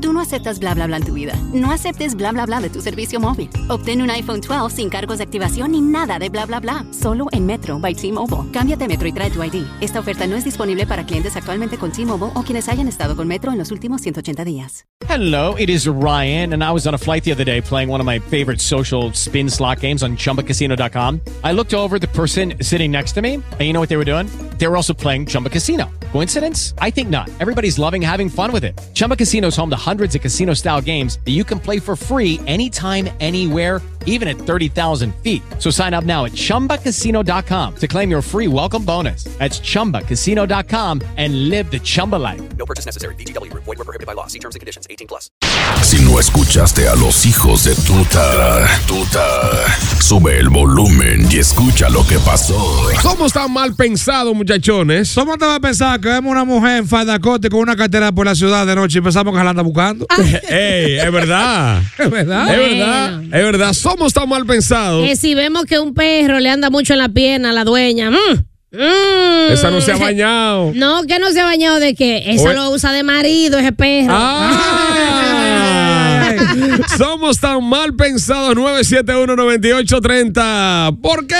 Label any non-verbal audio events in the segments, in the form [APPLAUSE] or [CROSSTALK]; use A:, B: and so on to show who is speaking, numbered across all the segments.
A: Tú no aceptas bla bla bla en tu vida. No aceptes bla bla bla de tu servicio móvil. Obtén un iPhone 12 sin cargos de activación ni nada de bla bla bla. Solo en Metro by T-Mobile. Cámbiate a Metro y trae tu ID. Esta oferta no es disponible para clientes actualmente con T-Mobile o quienes hayan estado con Metro en los últimos 180 días.
B: Hello, it is Ryan, and I was on a flight the other day playing one of my favorite social spin slot games on chumbacasino.com. I looked over at the person sitting next to me, and you know what they were doing? They were also playing Chumba Casino. Coincidence? I think not. Everybody's loving having fun with it. Chumba Casino is home to hundreds of casino style games that you can play for free anytime, anywhere, even at 30,000 feet. So sign up now at chumbacasino.com to claim your free welcome bonus. That's chumbacasino.com and live the Chumba life.
C: No purchase necessary. VGW Group. Void were prohibited by law. See terms and conditions. 18 plus.
D: Si no escuchaste a los hijos de tuta, tuta, sube el volumen y escucha lo que pasó.
E: Somos tan mal pensados, muchachones.
F: ¿Cómo te va a pensar que vemos una mujer en faldacote con una cartera por la ciudad de noche y pensamos que la anda
B: [LAUGHS]
F: buscando?
E: Ey, es verdad.
F: [LAUGHS] Es verdad.
E: Es verdad. Es verdad. Somos tan mal pensados.
G: Que Eh, si vemos que un perro le anda mucho en la pierna a la dueña. mm, mm.
E: Esa no
G: [LAUGHS]
E: se ha bañado.
G: No, que no se ha bañado de que eso
E: Oye.
G: lo usa de marido ese perro. [LAUGHS]
E: Ah. Somos tan mal pensados. 971-9830. ¿Por qué?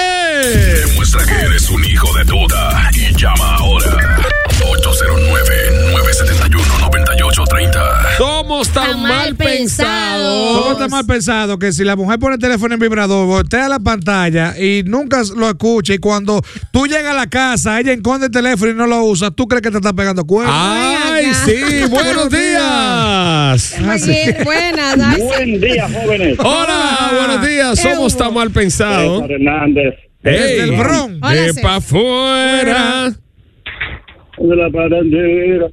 D: [LAUGHS] Demuestra que eres un hijo de tuta y llama ahora. 809-971-9830.
E: Somos tan,
G: Tan
E: mal,
G: mal
E: pensados.
G: pensados.
F: ¿Cómo está mal pensado que si la mujer pone el teléfono en vibrador, voltea la pantalla y nunca lo escucha y cuando tú llegas a la casa, ella esconde el teléfono y no lo usa, tú crees que te está pegando cuernos?
E: Ay,
G: [LAUGHS]
E: sí. Buenos días.
G: Oye, buenas. ay, sí.
H: Buen día, jóvenes.
E: Hola,
G: Ah.
E: buenos días. Somos tan mal pensados.
H: César Hernández.
F: Desde el Bronx.
G: Hola,
E: De
G: César.
E: pa' afuera.
H: de la bandera.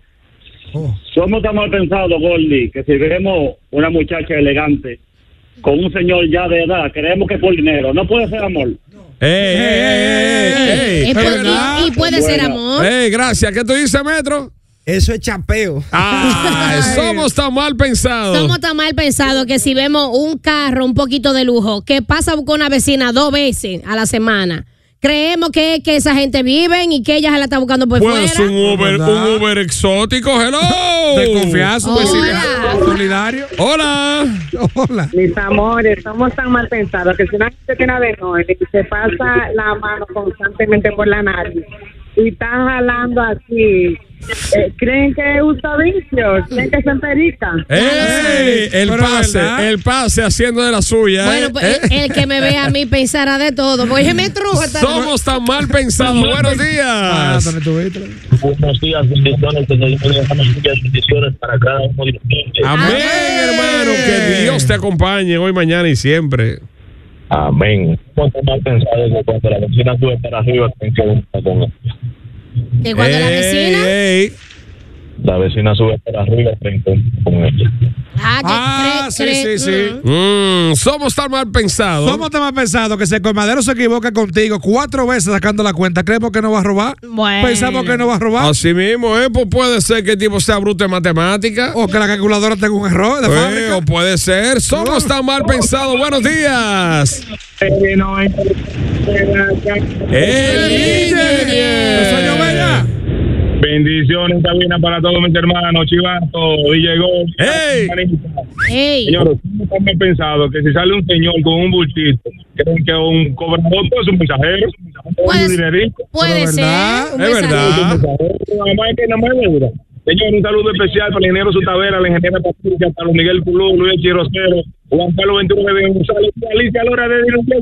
H: Somos tan mal pensados, Goldie, que si vemos una muchacha elegante con un señor ya de edad, creemos que es por dinero. No puede ser amor.
E: Ey, ey, ey, ey, ey,
G: Es
E: ey,
G: por-
E: ¿verdad?
G: Eh, y, y puede ser
H: Buena.
G: amor.
E: Ey, gracias. ¿Qué tú dices, Metro?
I: Eso es chapeo.
E: Ay, somos tan mal pensados.
G: Somos tan mal pensados que si vemos un carro un poquito de lujo que pasa con una vecina dos veces a la semana, creemos que, que esa gente vive y que ella se la está buscando por
E: Bueno, es Pues, un
G: fuera.
E: Uber,
F: ¿Verdad?
E: un Uber exótico. Hello.
F: De confianza,
G: Hola.
F: solidario- solidario.
E: Hola.
F: Hola.
J: Mis amores, somos tan mal pensados que si una gente tiene adenoides y se pasa la mano constantemente por la nariz y está jalando así, eh, ¿creen que es un vicio? ¿Creen que se emperica?
E: Eh. Ey, el
F: Pero,
E: pase,
F: ¿verdad?
E: el pase haciendo de la suya.
G: Bueno,
E: eh.
G: pues, el,
E: Eh,
G: el que me vea a mí pensará de todo. Pues, Oye, me trujo. esta-
E: Somos tan mal pensados. Buenos
F: Ah,
E: días.
F: Anthony, tú viste.
H: Buenos días, bendiciones, que nos bendiciones para cada uno de ustedes.
E: Amén,
G: Amén.
E: hermano. Que Dios te acompañe hoy, mañana y siempre.
H: Amén. Somos mal pensados que cuando la vecina sube para arriba, creen que uno está con ella.
G: Que cuando la
E: Eh,
G: vecina.
E: Ey, ey.
H: La vecina sube para arriba, creen que uno está con ella.
G: Ah, que
F: Ah,
G: cre-
F: sí,
G: cre-
F: sí, sí.
E: Mm, somos tan mal pensados.
F: ¿Cómo te más pensado que si el colmadero se equivoca contigo cuatro veces sacando la cuenta, creemos que no va a robar?
G: Bueno.
F: Pensamos que no va a robar.
E: Así mismo, ¿eh? Pues puede ser que el tipo sea bruto en matemáticas.
F: O que la calculadora tenga un error de
E: Eh,
F: fábrica.
E: o puede ser. Somos tan mal pensados. Buenos días. El
F: Eso yo
E: ingeniero.
F: vea.
H: Bendiciones, Sabina, para todos mis hermanos, Chivato, y llegó.
E: Ey.
G: Ey,
H: Señor, ¿cómo han pensado que si sale un señor con un bultito, creen que un cobrador es un mensajero?
G: Pues-
H: Un dinerito.
G: puede
F: Pero
G: ser.
F: verdad,
G: un
E: es
G: mensajito.
E: verdad.
H: Nada más es que nada más es dura. Señor, un saludo especial para el ingeniero Sutavera, la ingeniera Patricia, para Miguel Pulú, Luis Chirocero, Juan Carlos Ventura de González, Alicia Lora de Dinoclés,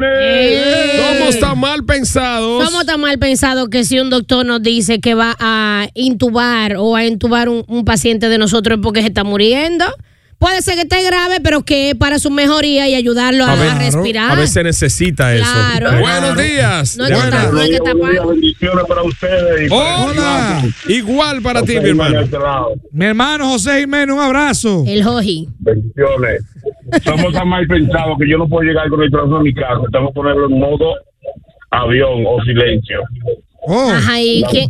H: bendiciones.
E: Somos tan mal pensados.
G: ¿Cómo tan mal pensado que si un doctor nos dice que va a intubar o a intubar un, un paciente de nosotros es porque se está muriendo? Puede ser que esté grave, pero que es para su mejoría y ayudarlo a,
E: A ver-
G: a respirar.
E: A veces necesita eso.
G: Claro.
E: Buenos días.
G: No es que
E: Buenas.
G: está- no es que está mal.
H: Bendiciones para ustedes.
E: Hola. Igual para ti, mi hermano.
F: Mi hermano José Jiménez, un abrazo.
G: El Joji.
H: Bendiciones. Somos tan mal pensados que yo no puedo llegar con el corazón a mi casa. Tengo que ponerlo en modo avión o silencio.
F: Oh,
G: Ajá, ¿y quién,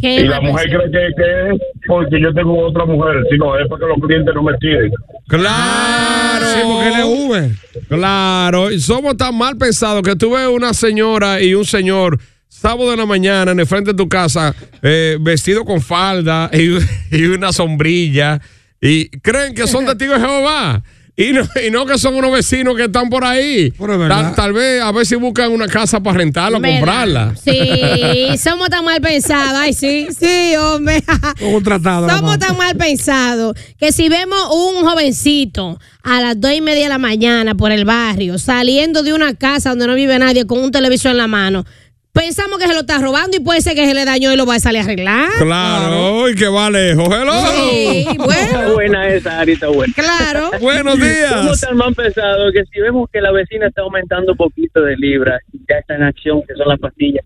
G: ¿Qué
I: y
G: es
I: la
G: la
I: mujer cree
G: presión?
I: que, que es porque yo tengo otra mujer, sino es para que los clientes no me tiren.
E: Claro. Sí, porque él es Uber. Claro. Y somos tan mal pensados que tú ves una señora y un señor sábado de la mañana en el frente de tu casa eh, vestido con falda y, [LAUGHS] y una sombrilla y creen que son testigos de Jehová. Y no, y no que son unos vecinos que están por ahí. Tal, tal vez a ver si buscan una casa para rentarla o
G: ¿Verdad?
E: comprarla.
G: Sí, somos tan mal pensados. Ay, sí, sí,
E: [LAUGHS]
G: hombre.
F: contratado.
G: Somos tan mal pensados que si vemos un jovencito a las dos y media de la mañana por el barrio, saliendo de una casa donde no vive nadie con un televisor en la mano, pensamos que se lo está robando y puede ser que se le dañó y lo va a salir a arreglar.
E: Claro, Oh. y que va lejos. Hello.
G: Sí, bueno.
H: Está buena esa, Ari, está buena.
G: Claro.
E: Buenos días.
H: Somos tan mal pensados que si vemos que la vecina está aumentando un poquito de libras, ya está en acción, que son las pastillas.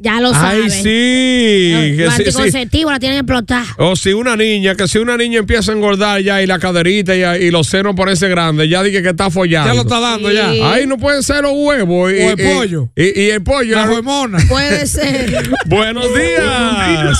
G: Ya lo
E: Ay,
G: sabes.
E: sí. que
G: Los
E: sí, sí.
G: anticonceptivos la tienen que explotar.
E: O si una niña, que si una niña empieza a engordar ya y la caderita y, y los senos parece grande, ya dije que está follando.
F: Ya lo está dando, ya. Sí.
E: Ahí no pueden ser los huevos. Y,
F: O el
E: y-
F: pollo.
E: Y, y el pollo. ¿eh?
F: La hormona.
G: Puede ser.
E: [LAUGHS] Buenos días.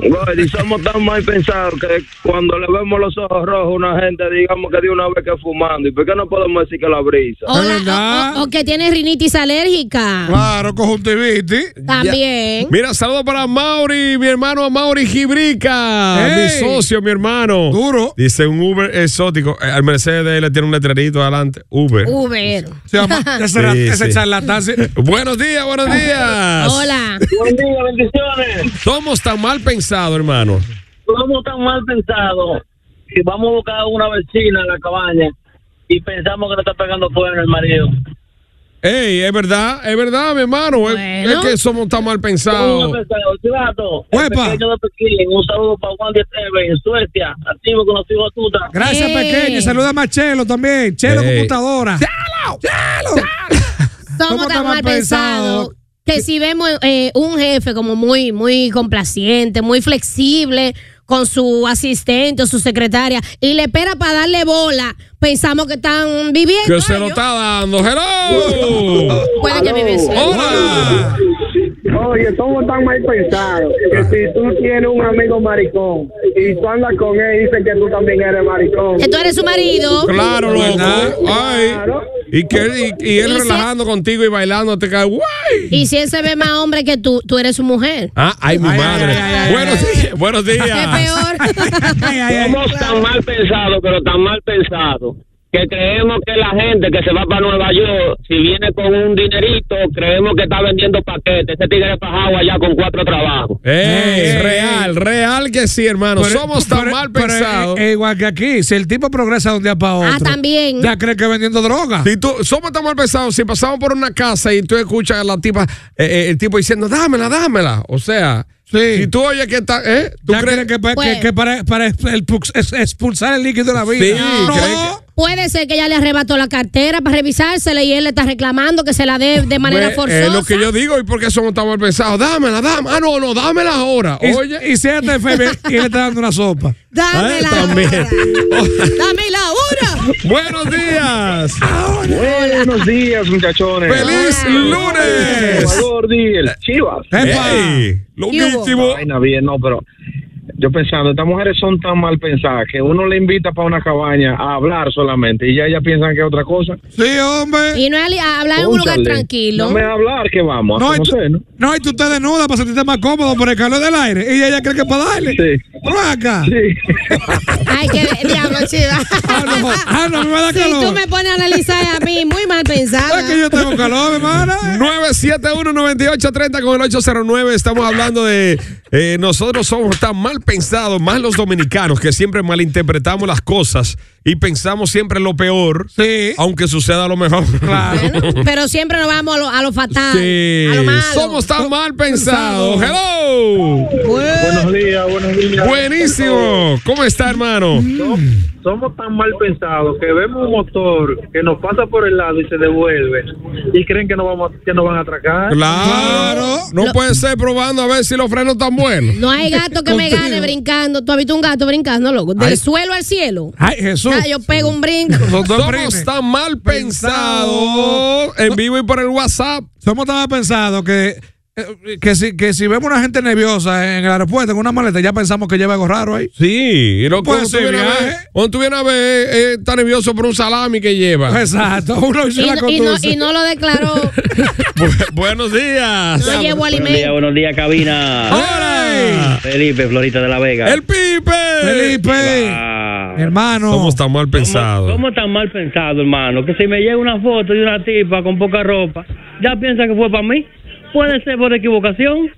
K: Bueno, y somos tan mal pensados que cuando le vemos los ojos rojos a una gente, digamos que de una vez que fumando, ¿y por qué no podemos decir que la brisa?
G: O, la- o- o- o que tiene rinitis alérgica.
E: Claro, conjuntivitis.
G: También.
E: Mira, saludo para Mauri, mi hermano Mauri Gibrica,
F: Hey.
E: mi socio, mi hermano. Duro. Dice un Uber exótico. Eh, Al Mercedes de él le tiene un letrerito adelante. Uber.
G: Uber.
F: Se
G: [LAUGHS]
F: llama- ese era-
E: Sí,
F: ese
E: sí.
F: charlatán. sí.
E: Buenos días, buenos días.
G: Hola.
H: Buen día, bendiciones.
E: Somos tan mal pensados, hermano.
H: Somos tan mal pensados que vamos a buscar una vecina en la cabaña y pensamos que le está pegando fuego en el marido.
E: Ey, es verdad, es verdad, mi hermano. Es- Es, que somos tan mal pensados.
H: Somos
G: Oh.
H: mal pensados. Chivato, el pequeño de Pekín, un saludo para Juan de Esteve en Suecia, activo con los hijos tutas.
F: Gracias, pequeño. Y saluda a Machelo también. Chelo Computadora. ¡Chelo! ¡Chelo!
G: Somos tan mal pensados que si vemos eh, un jefe como muy, muy complaciente, muy flexible con su asistente o su secretaria y le espera para darle bola, pensamos que están viviendo.
E: Que se lo está dando.
F: [LAUGHS]
E: ¡Hello!
G: Puede que viven solos.
E: ¡Hola!
L: Oye, somos tan mal pensados que si tú tienes un amigo maricón y tú andas con él, dice que tú también eres maricón.
G: Que tú eres su marido.
E: Claro, loco. Ay. Y, que, él- y, y él
G: Y si-
E: relajando contigo y bailando te cae. ¡Guay!
G: Y si él se ve más hombre que tú, tú eres su mujer.
E: Ah, ay, mi madre. buenos, días,
G: [LAUGHS]
E: buenos
G: Qué
E: días.
G: peor. [LAUGHS]
H: Somos tan mal pensados, pero tan mal pensados, que creemos que la gente que se va para Nueva York, si viene con un dinerito, creemos que está vendiendo paquetes. Ese tigre es pajado allá con cuatro trabajos.
E: Ey, real, real que sí, hermano.
F: Pero-
E: somos tan
F: pero-
E: mal
F: pero
E: pensados.
F: es- es igual que aquí. Si el tipo progresa de un día para otro.
G: Ah, también.
F: Ya cree que vendiendo droga.
E: Si tú, somos tan mal pensados, si pasamos por una casa y tú escuchas a la tipa, eh, eh, el tipo diciendo, dámela, dámela. O sea, si tú oyes que está, ¿eh? ¿Tú
F: Ya cree que, pa- que-
G: Pues.
F: que para, para el pux- es- expulsar el líquido de la vida.
E: Sí,
F: No.
E: cree
G: Puede ser que ella le arrebató la cartera para revisársela y él le está reclamando que se la dé de manera
E: Pues,
G: forzosa.
E: Es lo que yo digo, ¿y por qué somos tan mal pensados? Dámela, dámela. Ah, no, no, dámela ahora.
F: Y,
E: Oye.
F: y siéntate enfermo y le está dando
E: [LAUGHS]
F: una sopa.
E: Eh,
G: Dámela.
E: también. [LAUGHS]
G: Dame la hora.
E: Buenos días.
K: Buenos días, muchachones.
G: Ah,
E: ¡Feliz lunes!
K: Salvador Díaz, Chivas.
E: Ey, lo
K: ¿Qué hubo?
E: último.
K: Vaina bien, no, pero yo pensando, estas mujeres son tan mal pensadas que uno le invita para una cabaña a hablar solamente y ya ellas piensan que es otra cosa.
F: Sí, hombre.
G: Y no es a hablar en un lugar
K: Cónchale,
G: tranquilo.
K: No me va a hablar que vamos a
F: No, y tú,
K: conocer, ¿no?
F: no, y tú te desnudas para sentirte más cómodo por el calor del aire. Y ella cree que es para darle.
K: Sí.
F: Pero ven acá.
G: [LAUGHS] Ay,
K: [LAUGHS]
G: qué diablo, chiva.
F: Ah, no, ah, no, me da
G: [LAUGHS] Si
F: calor.
G: tú me pones a analizar a mí, muy mal pensada.
F: Es que yo tengo calor, hermana.
E: 971-9830 con el 809. Estamos hablando de eh, nosotros somos tan mal pensados, más los dominicanos, que siempre malinterpretamos las cosas y pensamos siempre lo peor, aunque suceda lo mejor.
G: Bueno, pero siempre nos vamos a lo, a lo fatal.
E: [LAUGHS] Sí.
G: A lo malo.
E: Somos tan mal pensados. Hello.
K: Buenos días, buenos días.
E: Buenísimo. ¿Cómo está, hermano?
L: Somos tan mal pensados que vemos un motor que nos pasa por el lado y se devuelve y creen que nos, vamos, que nos van a atracar.
E: Claro. No puede ser probando a ver si los frenos están buenos.
G: No hay gato que me
E: Contigo.
G: gane brincando. ¿Tú has visto un gato brincando, loco? Del
E: Ay.
G: suelo al cielo.
E: Ay, Jesús.
G: Ah, yo pego un brinco.
E: Somos tan mal pensados en vivo y por el WhatsApp.
F: Somos tan mal pensados que eh, que si, que si vemos una gente nerviosa en el aeropuerto, en una maleta, ya pensamos que lleva algo raro ahí.
E: Sí, y lo
F: Puede
E: cuando tú
F: ser
E: vienes a ver,
F: viaje.
E: cuando tú vienes a ver, eh, eh, está nervioso por un salami que lleva.
F: Exacto, uno
G: Y, no- y no,
E: [LAUGHS]
G: y no lo declaró.
E: Buenos días.
G: No llevo
M: Buenos días,
G: alimento.
M: buenos días, cabina. Ah, Felipe, Florita de la Vega.
E: Ah. ¡El Pipe!
F: ¡Felipe! Hermano.
E: Somos tan mal pensados.
M: ¿Cómo tan mal pensado, hermano? Que si me llega una foto de una tipa con poca ropa, ya piensa que fue para mí. Puede ser por equivocación.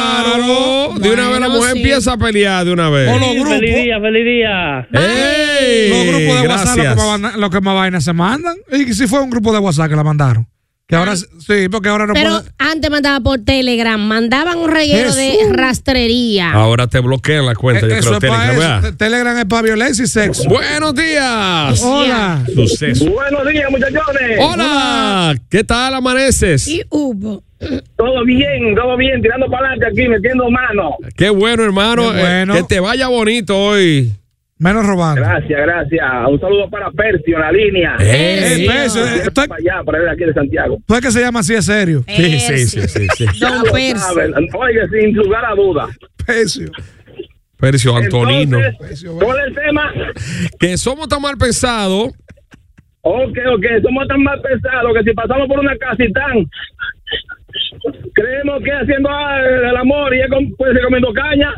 E: Claro, de una vez la mujer empieza a pelear de una vez.
M: Sí, feliz día, feliz día.
E: ¡Ey!
F: Los grupos de WhatsApp,
E: gracias.
F: los que, más, vaina- los que más vainas se mandan. Y si fue un grupo de WhatsApp que la mandaron. Que ahora sí, porque ahora no
G: Pero
F: puede-
G: antes mandaba por Telegram, mandaban un reguero de rastrería.
E: Ahora te bloquean la cuenta, yo
F: Eh, Eso
E: creo,
F: es para
E: Telegram,
F: eso.
E: ¿verdad?
F: Te- Telegram es para violencia y sexo.
E: Buenos días.
F: Hola.
E: Suceso.
L: Buenos días, muchachones.
E: Oh. Hola, ¿qué tal amaneces?
G: hubo?
E: ¿Eh?
L: Todo bien, todo bien, tirando para adelante aquí, metiendo mano.
E: Qué bueno, hermano.
L: Qué bueno.
E: eh, que te vaya bonito hoy.
F: Menos robando.
L: Gracias, gracias.
K: Ah,
L: Un saludo para Percio en la línea.
E: Eh, Eh,
F: Percio,
L: para allá, para él aquí de Santiago.
F: ¿Tú es que se llama así, es serio?
E: Sí, sí, sí, sí. sí.
L: Ya lo saben. Oye, sin lugar a duda.
F: [LAUGHS] Percio.
E: Percio Antonino.
L: Entonces, ¿Cuál es el tema?
E: Que somos tan mal
F: [LAUGHS]
E: pensados.
L: Ok, ok, somos tan mal pensados que si pasamos por una casa y tan creemos que haciendo ah, el amor y es com- pues, comiendo
I: [LAUGHS]
L: caña.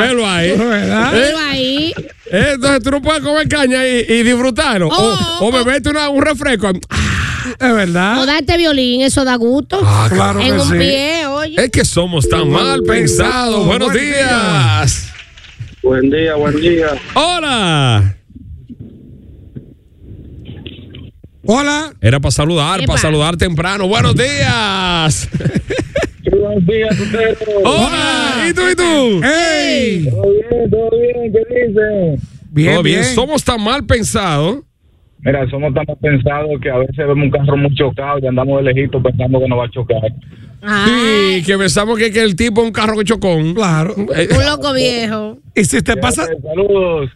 E: Velo ahí.
G: Pero
E: Eh,
G: ahí.
E: eh, entonces tú no puedes comer caña y, y disfrutarlo. o, o beberte una- un refresco.
F: Oh, Es verdad.
G: O darte violín, eso da gusto.
E: Ah, claro
G: en
E: que
G: un
E: sí. Eh,
G: pie, oye.
E: Es que somos tan mal pensados. Buenos
L: Buen día.
E: días.
L: Buen día, buen día.
E: Hola.
F: Hola.
E: Era para saludar,
L: Epa.
E: para saludar temprano. Buenos días. [LAUGHS]
L: Buenos días,
I: [LAUGHS] Oh.
E: Hola. ¿Y tú y tú?
F: ¡Ey!
L: Todo bien, todo bien, ¿qué dicen?
E: Bien,
L: Todo
E: bien. Somos tan mal pensados.
I: Mira, somos tan pensados que a veces vemos un carro muy chocado y andamos de lejito pensando que nos va a chocar.
E: Sí, que pensamos que, que el tipo es un carro Eh, que chocó.
F: Claro.
G: Un loco viejo.
F: Y si te pasa.
I: Saludos.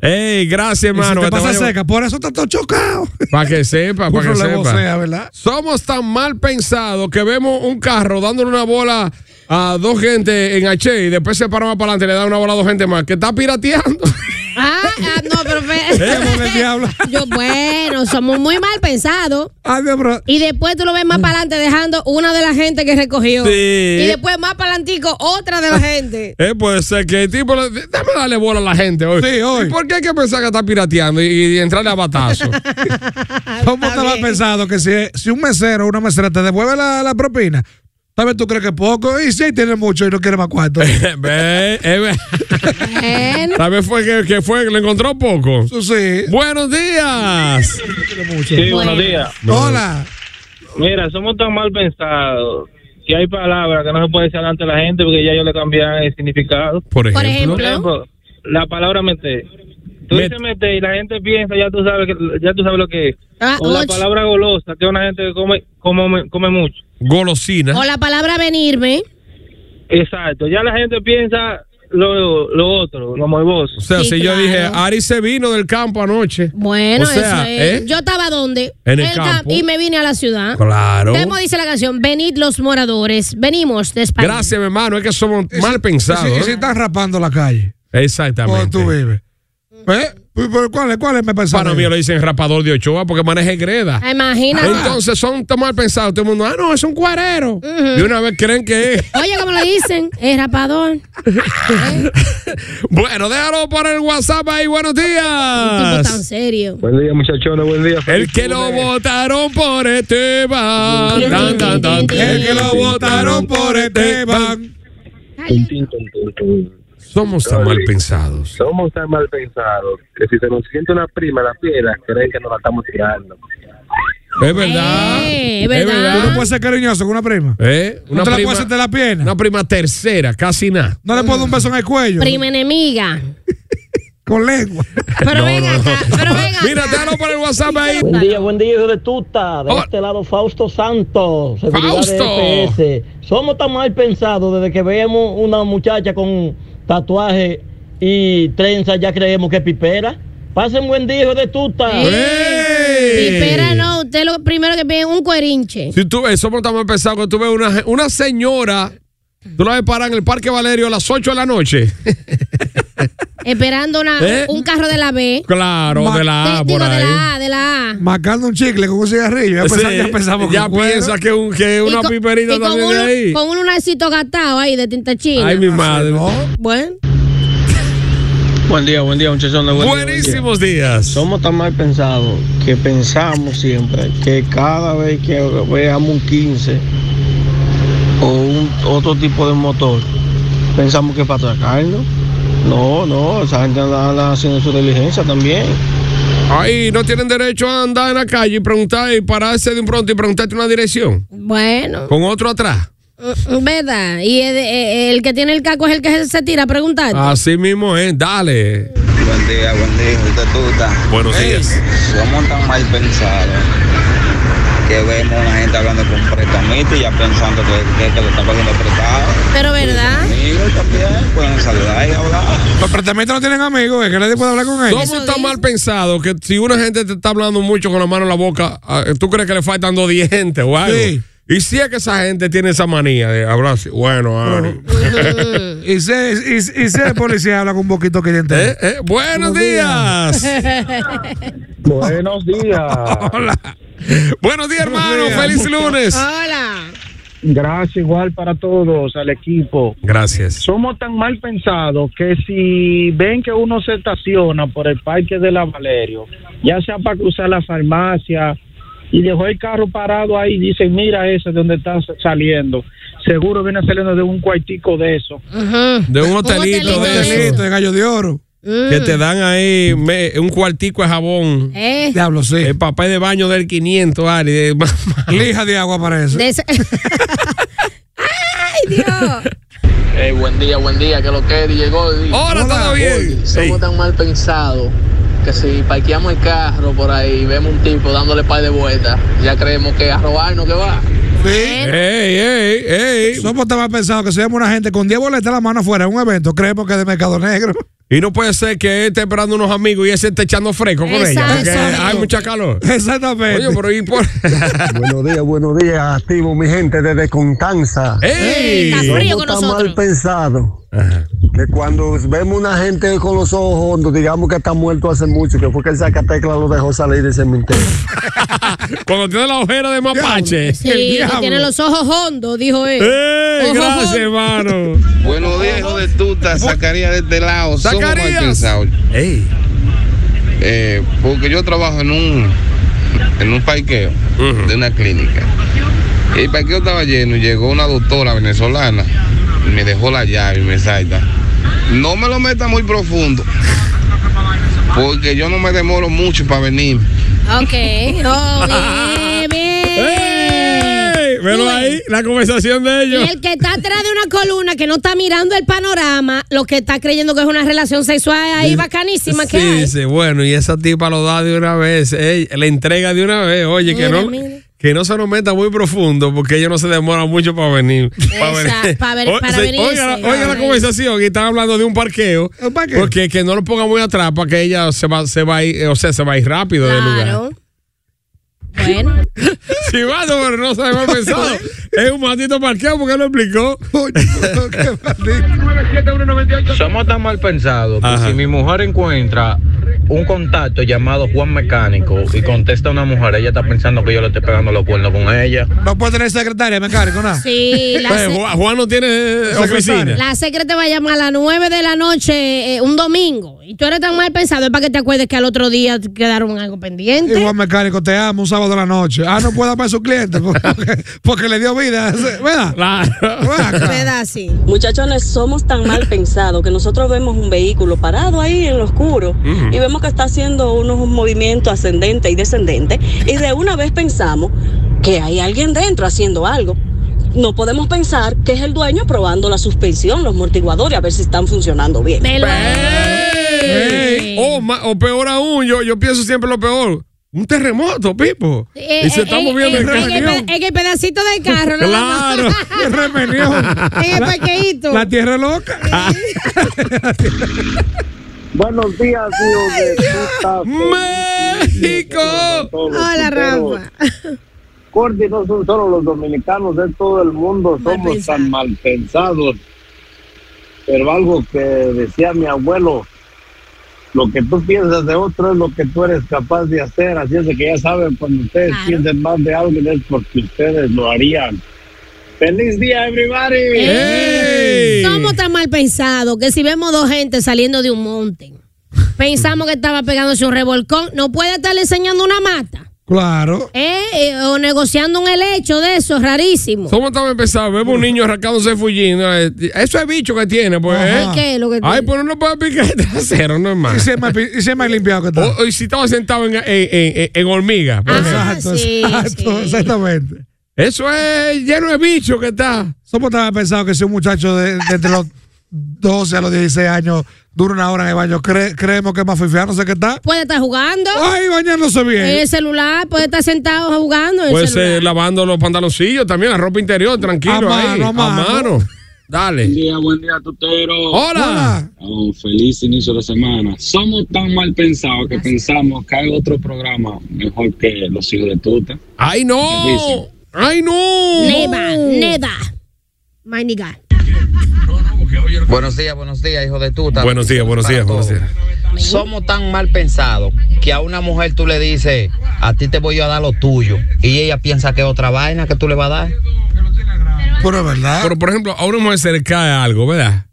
E: Ey, gracias,
F: y si
E: hermano.
F: te
E: que te
F: pasa
E: vaya-
F: seca, por eso está todo chocado.
E: Para que sepa, para que
F: Uno le
E: sepa.
F: vocea, ¿verdad?
E: Somos tan mal pensados que vemos un carro dándole una bola a dos gente en H y después se para más para adelante y le da una bola a dos gente más que está pirateando. [LAUGHS]
G: Ah, ah, no, pero
E: Eh,
F: el diablo.
G: [LAUGHS] Yo, bueno, somos muy mal pensados.
F: Ay, mi amor.
G: Y después tú lo ves más para adelante dejando una de la gente que recogió.
E: Sí.
G: Y después más para adelantico otra de
E: [LAUGHS]
G: la gente.
E: Eh, puede ser que el tipo, le- déjame darle bola a la gente hoy.
F: Sí, hoy.
E: ¿Y ¿Por qué hay que pensar que está pirateando y, y entrarle a
F: [LAUGHS]
E: batazo?
F: ¿Cómo te vas pensado que si, si un mesero o una mesera te devuelve la, la propina, tal vez tú crees que es poco y si ahí tiene mucho y no quiere más cuarto?
E: Ve, [LAUGHS] eh, ve. [LAUGHS]
G: Bueno,
E: Tal vez fue que, que fue, que le encontró poco.
F: Eso sí.
E: Buenos días.
H: Sí, buenos días.
F: Hola.
H: Mira, somos tan mal pensados que hay palabras que no se puede decir delante de la gente porque ya ellos le cambian el significado.
E: Por ejemplo.
H: Por ejemplo, la palabra meter. Tú dices meter y la gente piensa, ya tú sabes, que- ya tú sabes lo que es.
G: Ah,
H: o la
G: och.
H: palabra golosa, que es una gente que come, come, come mucho.
E: Golosina.
G: O la palabra venirme.
H: Exacto, ya la gente piensa lo, lo otro, lo morboso.
E: O sea,
G: Sí,
E: si
G: claro.
E: yo dije, Ari se vino del campo anoche.
G: Bueno,
E: O sea,
G: eso es.
E: ¿eh?
G: Yo estaba donde?
E: En el campo.
G: y me vine a la ciudad.
E: Claro.
G: ¿Cómo dice la canción? Venid los moradores, venimos de España.
E: Gracias, mi hermano. Es que somos mal pensados.
F: Y si, y si
E: ¿eh?
F: están rapando la calle, ¿cómo
E: Exactamente.
F: tú vives? ¿Eh? Pues, pues, ¿Cuáles cuáles me pensaron?
E: Para mí le dicen rapador de Ochoa porque maneja greda.
G: Ah, Imagínate.
E: Entonces son tan mal pensados. Todo el mundo, ah, no, es un cuarero. De una vez creen que es. [LAUGHS]
G: Oye, ¿cómo lo dicen? Es rapador.
E: Bueno, déjalo por el WhatsApp ahí. Buenos
G: Tipo tan
E: días.
G: serio.
I: Buen día, muchachones, buen día.
E: El que lo votaron por Esteban. Tan, tan, tan. El que lo votaron por Esteban. Somos tan mal pensados.
I: Somos tan mal pensados que si se nos siente una prima en la piedra, creen que nos la estamos tirando.
E: Es verdad.
G: Eh, es
E: Es
G: verdad.
E: verdad.
F: ¿Tú no puedes ser cariñoso con una prima?
E: ¿Eh?
F: ¿No te la puedes hacer de la pierna?
E: una prima tercera, casi nada.
F: ¿No le puedo dar un beso en el cuello?
G: Prima enemiga.
F: Con lengua.
G: [LAUGHS] Pero ven acá, pero ven acá.
E: Mira, déjalo por el WhatsApp ahí.
C: Buen día, buen día, hijo de tuta. De
E: Hola.
C: este lado, Fausto Santos. seguridad
E: Oh. Fausto.
C: de EPS. Somos tan mal pensados desde que vemos una muchacha con tatuaje y trenza, ya creemos que es pipera. Pasen buen día, hijo de tuta.
G: Eh. Pipera no, usted lo primero que pide es un cuerinche.
E: Si tú ves, somos tan mal pensados que tú ves una, una señora, tú la ves parar en el Parque Valerio a las 8 de la noche. [LAUGHS]
G: Esperando una-
E: ¿Eh?
G: un carro de la B.
E: Claro, de la A
G: Digo,
E: por
G: de
E: ahí.
G: la A, de la A.
F: Marcando un chicle con un cigarrillo. Ya, pensaba-
E: Sí,
F: ya pensamos
E: ya
F: con cuero.
E: piensa que, un- que
G: Y
E: una
G: con-
E: piperita
G: y con
E: también de
G: un-
E: ahí.
G: Con un lunarcito gastado ahí de tinta china.
E: Ay, mi madre.
G: Bueno.
N: Buen día, buen día, muchachos.
E: Buenísimos días.
N: Somos tan mal pensados que pensamos siempre que cada vez que veamos un 15 o un otro tipo de motor, pensamos que es para atracarnos. No, no, esa gente anda, anda haciendo su diligencia también.
E: Ahí no tienen derecho a andar en la calle y preguntar y pararse de un pronto y preguntarte una dirección.
G: Bueno,
E: Con otro atrás.
G: mm, mm, ¿verdad? Y el, eh, el- el que tiene el caco es el que se tira a preguntar.
E: Así mismo es, dale.
O: Buen día, buen día, hijo de tuta.
E: Buenos días.
O: Somos tan mal pensados que vemos a una gente hablando con prestamito y ya pensando que, que, que lo están cogiendo prestado.
G: Pero, ¿verdad?
E: [LAUGHS]
O: Amigos también pueden saludar y hablar.
E: Los prestamistas no tienen amigos, es que nadie puede hablar con
O: ellos.
E: Somos tan mal pensados que si una gente te está hablando mucho con la mano en la boca, ah, tú crees que le faltan dos dientes o algo. Y si es que esa gente tiene esa manía de hablar así. Bueno, ah, Ari.
G: Mm,
F: Y sé, y, y sé el policía habla con un poquito que ya entré.
E: Eh, buenos días.
I: Buenos días. Hola.
E: Buenos días, hermano. Feliz lunes.
G: Hola.
I: Gracias igual para todos, al equipo.
E: Gracias.
I: Somos tan mal pensados que si ven que uno se estaciona por el parque de la Valerio, ya sea para cruzar la farmacia y dejó el carro parado ahí, dicen, mira ese de donde está saliendo. Seguro viene saliendo de un cuartico de eso.
E: De un hotelito, de esos
F: de gallo de oro.
E: Que te dan ahí me- un cuartico de jabón.
G: Eh.
E: Diablo, sí. El papel de baño del 500, Ari. de-
F: Lija de agua para eso.
E: [LAUGHS]
G: De ese- ¡Ay, Dios!
P: Ey, buen día, buen día, que lo que llegó.
E: Ahora todo bien.
P: Somos tan mal pensados que si parqueamos el carro por ahí y vemos un tipo dándole par de vueltas, ya creemos que a robarnos que va.
E: Ey, ey, ey.
F: Somos tan mal pensados que si vemos una gente con 10 boletas en la mano afuera en un evento, creemos que es de Mercado Negro.
E: Y no puede ser que él esté esperando unos amigos y ese esté echando fresco con ella.
F: Exacto.
E: Porque hay mucha calor. Exactamente. Oye, pero ¿y
F: [LAUGHS]
E: por
Q: [LAUGHS] buenos días, buenos días, activo mi gente desde Constanza.
E: ¡Ey!
Q: Somos
E: Está frío con
Q: tan
E: nosotros.
Q: mal pensado que cuando vemos una gente con los ojos hondos, digamos que está muerto hace mucho, que fue que el Zacatecla lo dejó salir del cementerio.
E: Cuando tiene la ojera de mapache.
G: Sí, que tiene los ojos hondos, dijo
E: ¡Ey!
G: él. Ojos
E: ¡Eh, Gracias,
G: hondos.
E: hermano.
R: Buenos días, hijo de tuta. Zacarías de este lado. Somos
E: Zacarías.
R: mal pensados. Eh, porque yo trabajo en un en un parqueo de una clínica. El parqueo estaba lleno y llegó una doctora venezolana. y Me dejó la llave y me salta. No me lo meta muy profundo. Porque yo no me demoro mucho para venir.
G: Ok. Oh, bien, bien.
E: Velo ahí, la conversación de
G: Y
E: ellos.
G: el que está atrás de una columna que no está mirando el panorama, lo que está creyendo que es una relación sexual ahí bacanísima que hay.
E: Sí, sí, bueno, y esa tipa lo da de una vez, ey, la entrega de una vez, oye, que
G: Mira,
E: no
G: mira.
E: que no se nos meta muy profundo porque ellos no se demoran mucho para venir. Para
G: Exacto, pa' ver-
E: O-
G: para
E: se-
G: venirse,
E: oiga la-
G: para
E: oiga la
G: venirse.
E: conversación y están hablando de un parqueo, porque que no lo ponga muy atrás para que ella se va se va a ir, eh, o sea, se va a ir rápido del lugar. [LAUGHS]
G: Claro. Bueno.
E: Sí, bueno, pero no se [LAUGHS] había pensado. Es un maldito parqueo porque lo explicó.
S: Somos tan mal pensados que si mi mujer encuentra un contacto llamado Juan Mecánico y contesta a una mujer, ella está pensando que yo le estoy pegando los cuernos con ella.
F: No puede tener secretaria, me cargo, nada.
G: Sí,
E: Pues
G: la se-
E: Juan no tiene oficina.
G: La secre te va a llamar a las 9 de la noche eh, un domingo. Y tú eres tan mal pensado, es para que te acuerdes que al otro día quedaron algo pendiente.
F: Y Juan Mecánico te ama un sábado a la noche. Ah, no puede para su cliente porque, porque le dio vida. ¿Verdad?
E: ah.
T: Muchachones, somos tan
G: [LAUGHS]
T: mal pensados que nosotros vemos un vehículo parado ahí en lo oscuro
U: Ujú.
T: y vemos que está haciendo unos movimientos ascendente y descendente y de una vez pensamos que hay alguien dentro haciendo algo. No podemos pensar que es el dueño probando la suspensión, los amortiguadores, a ver si están funcionando bien.
E: Ey, Oh. O, ma- o peor aún, yo, yo pienso siempre lo peor. Un terremoto, Pipo.
G: Eh,
E: y se
G: eh,
E: está
G: eh,
E: moviendo
G: eh,
E: el
G: en, el,
E: camión.
G: pe- en el pedacito del carro. ¿no?
E: Claro.
F: El remenión.
G: [LAUGHS] En el parqueíto.
F: La tierra loca.
E: Ah.
L: Buenos días, hijo de puta.
E: México.
G: Hola, Rafa.
V: Cordy, no son solo los dominicanos, de todo el mundo somos tan mal pensados. Pero algo que decía mi abuelo, lo que tú piensas de otro es lo que tú eres capaz de hacer. Así es de que ya saben, cuando ustedes piensen más de alguien es porque ustedes lo harían. ¡Feliz día, everybody!
G: Eh. Somos tan mal pensados que si vemos dos gente saliendo de un monte, pensamos que estaba pegándose un revolcón, no puede estar enseñando una mata.
F: Claro.
G: ¿eh? Eh, O negociando un helecho de eso, rarísimo.
E: ¿Cómo estamos empezando? Vemos un niño arrancándose fugiendo. eh, Eso es bicho que tiene, pues. ¿eh?
G: ¿Y qué es lo que
E: Ay,
G: tiene?
E: pues uno puede picar el trasero, no es más.
F: Y se me, y se me ha limpiado que está.
E: O- o si estaba sentado en, en- en- en hormiga. por ejemplo.
F: exacto,
G: sí,
F: exacto,
G: sí.
F: exactamente.
E: Eso es lleno de bicho que está.
F: Somos tan mal pensados que si un muchacho de, de entre los 12 a los 16 años dura una hora en el baño, cre- creemos que es más fifiado, no sé qué está.
G: Puede estar jugando.
F: Ay, bañándose bien.
E: Eh.
G: En el celular, puede estar sentado jugando. En el
E: Puede
G: celular.
E: ser lavando los pantaloncillos también, la ropa interior, tranquilo.
A: A
E: ahí,
A: mano, a mano.
E: mano. Dale.
A: Buen día, buen día, tutero.
E: Hola.
A: Oh, feliz inicio de semana. Somos tan mal pensados que pensamos que hay otro programa mejor que Los Hijos de Tuta.
E: ¡Ay, no! ¡Ay, no!
G: Neva,
E: Oh.
G: neva. My nigga.
B: Buenos días, buenos días, hijo de tuta.
E: Buenos días, buenos días, buenos días.
B: Somos tan mal pensados que a una mujer tú le dices, a ti te voy a dar lo tuyo. Y ella piensa que es otra vaina que tú le vas a dar.
F: Pero verdad.
E: Pero por ejemplo, a una mujer se le cae algo, ¿verdad?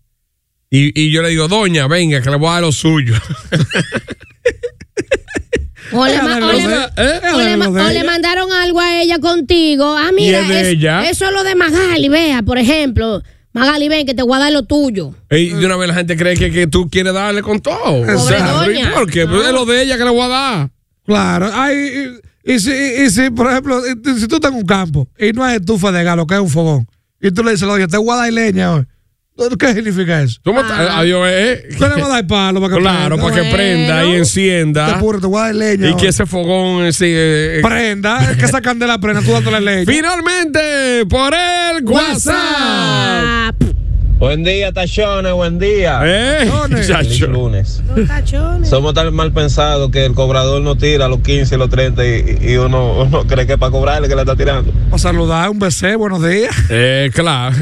E: Y, y yo le digo, doña, venga, que le voy a dar lo suyo.
G: O le,
E: Ella
G: ma-
E: debe
G: o le
E: lo
G: ma-
E: de- eh, ella
G: o le
E: debe
G: ma-
E: lo de
G: o le
E: ella.
G: mandaron algo a ella contigo. Ah,
E: Y
G: mira,
E: es de
G: es-
E: ella.
G: eso es lo de Magali, vea, por ejemplo. Magali, ven, que te voy a dar lo tuyo.
E: y de una vez la gente cree que, que tú quieres darle con todo.
F: Mm. Pobre
E: pero ¿y
F: doña.
E: ¿Por qué? Pues Es lo de ella que le voy a dar.
F: Claro, ay, y, y si, y si, por ejemplo, y tú- si tú estás en un campo y no hay estufa de galo, que es un fogón, y tú le dices, oye, te voy a dar leña hoy. ¿Qué significa eso?
E: ¿Cómo está? Adiós, eh.
F: Tú le vas a dar palo para que
E: Claro,
F: prenda.
E: para que prenda y encienda.
F: Te puro, te voy a dar leña.
E: Y que
F: hoy.
E: ese fogón ese, eh,
F: prenda, que esa candela prenda, tú dándole leña.
E: [LAUGHS] Finalmente, por el WhatsApp.
S: Buen día, Tachones, buen día.
E: Eh,
S: Feliz
E: [LAUGHS] chacho.
S: lunes.
G: Los tachones.
S: Somos tan mal pensados que el cobrador no tira los 15, los 30 y, y uno, uno cree que es para cobrarle que le está tirando.
F: O saludar, un besé, buenos días.
E: Eh, [LAUGHS] claro.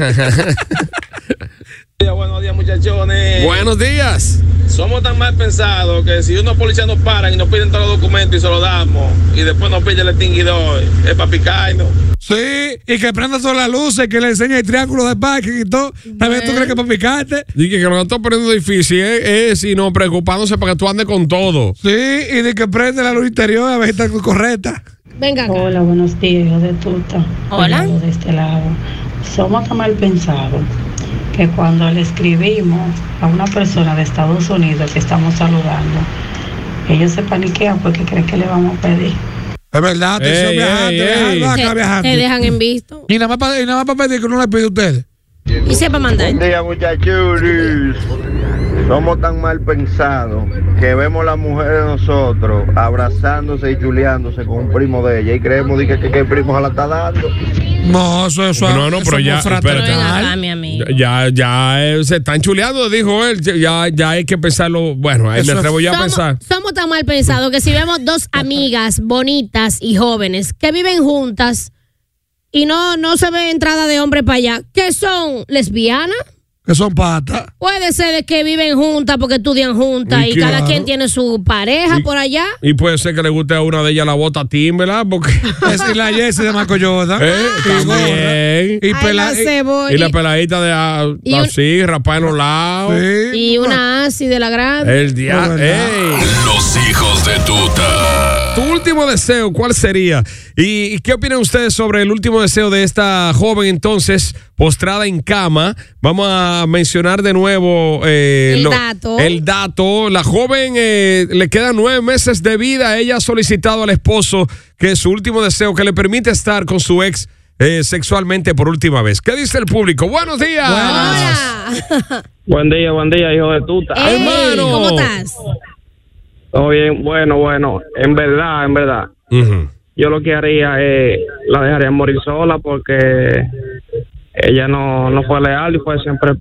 S: Buenos días, muchachones.
E: Buenos días.
S: Somos tan mal pensados que si unos policías nos paran y nos piden todos los documentos y se los damos y después nos pide el extinguidor, es para picarnos.
F: Sí, y que prenda todas las luces, que le enseñe el triángulo de parking y todo. También tú crees que es para picarte.
E: Dije que lo está poniendo difícil, eh, eh, sino preocupándose para que tú andes con todo.
F: Sí, y de que prende la luz interior a ver si está correcta.
G: Venga. acá.
U: Hola, buenos días, hijo de tuta.
G: Hola.
U: Yo De este lado. Somos tan mal pensados que cuando le escribimos a una persona de Estados Unidos que estamos saludando, ellos se paniquean porque creen que le vamos a pedir.
F: Es verdad, atención,
U: Ey,
F: viajante, viajante,
U: ey, ey.
F: acá,
U: Te- te
F: viajante.
G: dejan en visto.
F: Y nada más para, y nada más para pedir que uno le pide a ustedes.
G: Y sepa mandar.
W: Buen día, muchachuris. Somos tan mal pensados que vemos las mujeres de nosotros abrazándose y chuleándose con un primo de ella y creemos di, que, que, que el primo se la está dando.
F: No, eso es
E: No, no,
F: eso
E: pero
F: es
E: ya,
F: muy
E: espérate.
F: fraternal.
G: Ah, mi amigo.
E: Ya, ya eh, se están chuleando, dijo él. Ya, ya hay que pensarlo. Bueno, ahí me atrevo ya a
G: somos,
E: pensar.
G: somos tan mal pensados que si
E: [LAUGHS]
G: vemos dos amigas bonitas y jóvenes que viven juntas y no, no se ve entrada de hombre para allá, que son lesbianas,
F: Que son patas.
G: puede ser de que viven juntas porque estudian juntas
E: Y
G: y,
E: que-
G: cada
E: Claro.
G: quien tiene su pareja por allá.
E: Y puede ser que le guste a una de ellas la bota a Tim, ¿verdad? Porque.
F: [LAUGHS] Es y la Jessie de Marco Jordan. Ah,
E: Eh, también.
F: Y Ay, pela- la cebolla.
E: y la peladita de ah,
G: Y un-
E: así, rapada en los lados.
G: Y una así de la grande.
E: El diablo.
D: Los hijos de tuta.
E: Tu último deseo, ¿cuál sería? ¿Y qué opinan ustedes sobre el último deseo de esta joven entonces postrada en cama? Vamos a mencionar de nuevo eh,
A: El dato.
E: el dato. La joven eh, le quedan nueve meses de vida. Ella ha solicitado al esposo que su último deseo que le permite estar con su ex eh, sexualmente por última vez. ¿Qué dice el público? Buenos días.
X: Buen día, buen día, hijo de tuta.
E: Hermano.
G: ¿Cómo estás?
X: Todo bien, bueno, bueno. En verdad, en verdad. Yo lo que haría es la dejaría morir sola porque ella no, no fue leal y fue siempre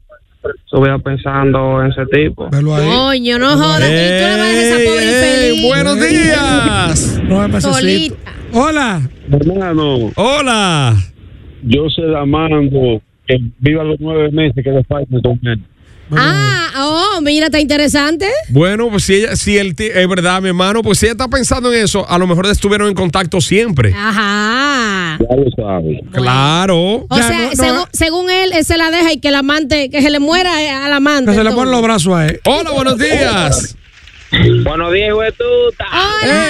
X: estuviera pensando en ese tipo.
G: Coño, no jodas. Y tú le vas a dejar esa pobre infeliz.
E: buenos días.
F: Solita.
E: Hola.
H: Hermano.
E: Hola.
H: Yo se la mando que viva los nueve meses que le faltan con él.
G: Ah, oh, mira, está interesante.
E: Bueno, pues si ella, si él ti- es verdad, mi hermano, pues si ella está pensando en eso, a lo mejor estuvieron en contacto siempre.
G: Ah, Ajá.
H: Ya lo sabes.
E: Claro.
G: O
F: eh,
G: sea, según, según él, él se la deja y que el amante, que se le muera eh, al amante.
F: se le
G: entonces.
F: ponen los brazos a él.
E: Hola, buenos
F: [LAUGHS]
E: días.
H: Buenos días, tuta.
G: Hola,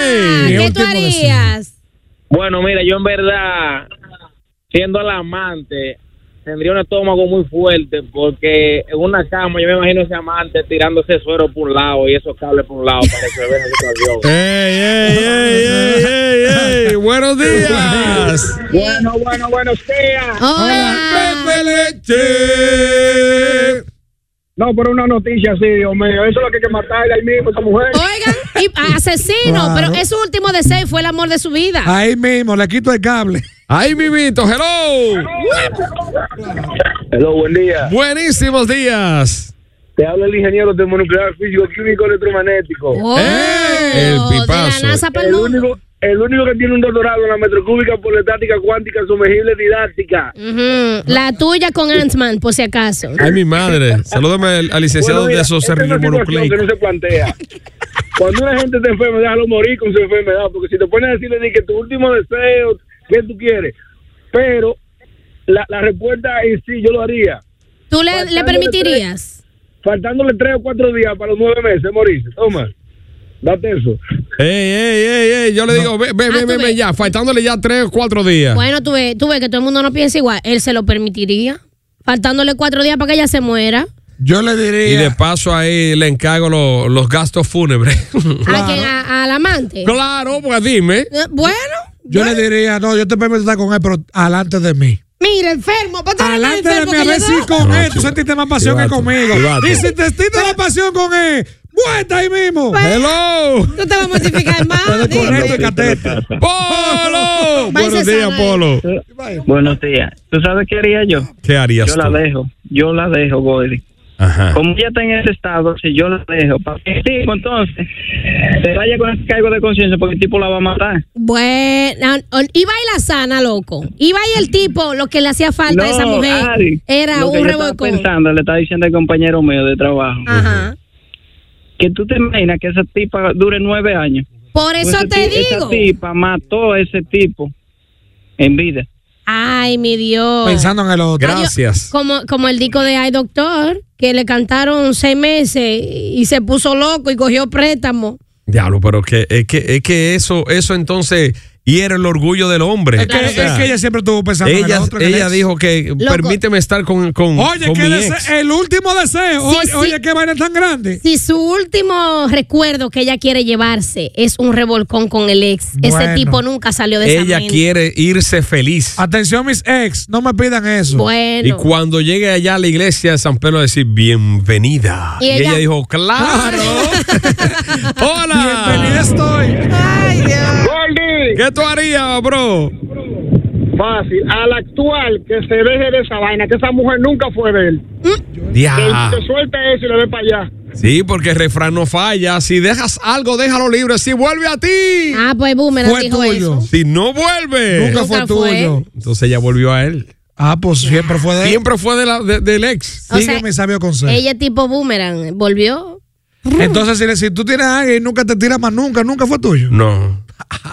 H: Ey,
G: ¿qué
H: un
G: tú
H: tipo de
G: harías?
H: Bueno, mira, yo en verdad, siendo la amante, tendría un estómago muy fuerte porque en una cama yo me imagino ese amante tirándose suero por un lado y esos cables por un lado para resolver la situación.
E: ¡Ey, ey, ey, ey, ey, ey! ¡Buenos días!
H: Bueno, bueno, buenos días.
O: No, por una noticia así, Dios mío. Eso es lo que hay que matarle ahí mismo, esa mujer.
G: Oigan, y- a- asesino,
F: Claro.
G: pero ese último deseo fue el amor de su vida.
F: Ahí mismo, le quito el cable.
E: Ahí mimito, hello.
O: Hello, buen día.
E: Buenísimos días.
O: Te habla el ingeniero termonuclear físico químico electromagnético.
H: Oh,
E: El pipazo.
O: el único, el único que tiene un doctorado en la metrocúbica por la estática cuántica sumergible didáctica.
G: Ujú, La tuya con Ant-Man, por si acaso.
E: Ay, mi madre. Salúdame al, al licenciado
O: Bueno, mira,
E: de esos
O: esta es una situación que
E: ribonucleicos.
O: no se
E: [LAUGHS]
O: plantea. Cuando una gente está enferma, déjalo morir con su enfermedad, porque si te pones a decirle di que tu último deseo, ¿qué tú quieres? Pero la, la respuesta es sí, yo lo haría.
G: ¿Tú le, le
O: Faltándole
G: permitirías?
O: tres- faltándole tres o cuatro días para los nueve meses, morirse. Toma, date eso.
E: Ey, ey, ey, ey. Yo le digo, ve, ve, ve, ve, ve ya. Faltándole ya tres o cuatro días.
G: Bueno, tú ves, tú ves que todo el mundo no piensa igual. Él se lo permitiría. Faltándole cuatro días para que ella se muera.
E: Yo le diría. Y de paso ahí le encargo lo- los gastos [LAUGHS] fúnebres.
G: ¿A quién? ¿A- ¿Al amante?
E: Claro, pues dime.
G: Eh, Bueno,
F: Yo le diría, no, yo te permito estar con él, pero alante de mí.
G: mira, enfermo. pues ponte la cara
F: Alante de
G: enfermo
F: mí, a
G: que
F: ver
G: yo
F: si
G: doy. [LAUGHS]
F: con él tú sentiste más pasión que
E: Chivato,
F: conmigo.
E: chivato.
F: Y si te sentiste la pasión con él, muerta ahí mismo.
G: Pues,
E: Hello.
G: Tú te vas
F: [LAUGHS]
G: a mortificar más. [LAUGHS]
E: ¡Polo!
O: Buenos días,
G: eh.
O: Polo. Buenos días. ¿Tú sabes qué haría yo?
E: ¿Qué harías
O: Yo la
E: tú?
O: dejo. Yo la dejo, Gordy.
E: Ajá.
O: Como ella está en ese estado, si yo la dejo, para que el tipo entonces se vaya con ese cargo de conciencia porque el tipo la va a matar.
G: Bueno, o- iba y la sana, loco. Iba y el tipo, lo que le hacía falta a esa
O: No,
G: mujer
O: Ari,
G: era
O: lo que
G: un
O: yo estaba
G: revolcón.
O: pensando, le estaba diciendo al compañero mío de trabajo.
G: Ajá.
O: Que tú te imaginas que esa tipa dure nueve años.
G: Por eso
O: Ese
G: te
O: ti- Esa
G: digo.
O: tipa mató a ese tipo en vida.
G: Ay, mi Dios.
O: Pensando en el otro. Gracias.
G: Como, como el disco de Ay Doctor, que le cantaron seis meses y se puso loco y cogió préstamo.
E: Diablo, pero que, es, que, es que eso, eso entonces hiere el orgullo del hombre.
F: Es que,
E: O sea,
F: es que ella siempre estuvo pensando en
E: ella,
F: el otro. en el
E: ella
F: ex.
E: dijo que permíteme estar con, con,
F: Oye,
E: con
F: ¿qué
E: mi
F: dese-
E: ex".
F: el último deseo.
G: Sí,
F: oye,
G: sí.
F: oye, qué vaina tan grande.
G: Si su último recuerdo que ella quiere llevarse es un revolcón con el ex, ese
E: Bueno.
G: tipo nunca salió de esa
E: Ella
G: mente.
E: quiere irse feliz.
F: Atención, mis ex, no me pidan eso.
G: Bueno.
E: Y cuando llegue allá a la iglesia de San Pedro, decir bienvenida.
F: Y
E: Y ella,
F: ella-
E: dijo, claro. [LAUGHS] Hola. Bienvenida
F: estoy.
O: Ay,
E: ¿Qué tú harías, bro?
O: Fácil. Al actual, que se deje de esa vaina, que esa mujer nunca fue de él.
E: Ya.
O: Que suelte eso y le dé para allá.
E: Sí, porque el refrán no falla. Si dejas algo, déjalo libre. Si vuelve a ti.
G: Ah, pues Boomer dijo eso.
E: Si no vuelve.
G: Nunca fue Nunca fue. tuyo.
E: Entonces ella volvió a él.
F: Ah, pues siempre fue de
E: Siempre fue de la- de- del ex.
G: O Sigue sea, mi
F: sabio
G: Ella tipo boomerang, volvió.
F: Entonces, si, le- si tú tienes a alguien y nunca te tiras más nunca, nunca fue tuyo.
E: No.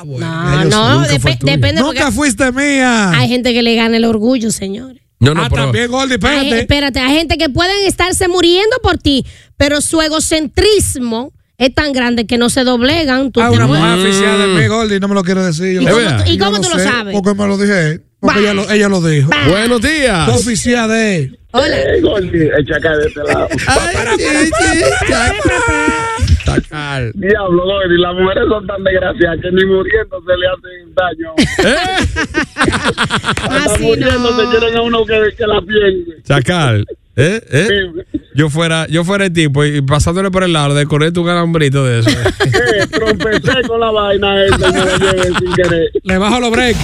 G: No, no,
F: nunca fue
G: depe-
F: tuyo.
G: depende.
F: Nunca fuiste mía.
E: Ah.
G: Hay gente que le gana el orgullo, señores.
E: No, no,
F: ah,
E: pero-
F: también, Goldie,
G: Hay,
F: espérate.
G: espérate, hay gente que pueden estarse muriendo por ti, pero su egocentrismo es tan grande que no se doblegan. Tú
F: Ah,
G: te
F: una
G: mueres.
F: mujer aficionada de mí, Goldie, no me lo quiero decir. Yo
G: ¿Y
F: lo-
G: cómo tú- y
F: yo
G: cómo tú lo
F: sé,
G: sabes?
F: Porque me lo dije. él, Porque ella lo, ella lo dijo.
E: Buenos días.
F: La oficina de él.
G: Hola.
O: el chacal de este lado. Diablo, Gordy, las mujeres son tan desgraciadas que ni muriendo se le hacen
G: [LAUGHS]
O: daño.
E: ¿Eh?
O: Hasta muriendo se quieren a uno que, que la pierde.
E: Chacal. ¿eh? ¿eh? Yo fuera, yo fuera el tipo y pasándole por el lado, decoré tu galambrito de eso.
O: Eh, trompecé con la vaina esa y me la llevé sin querer.
F: Le bajo los breaks.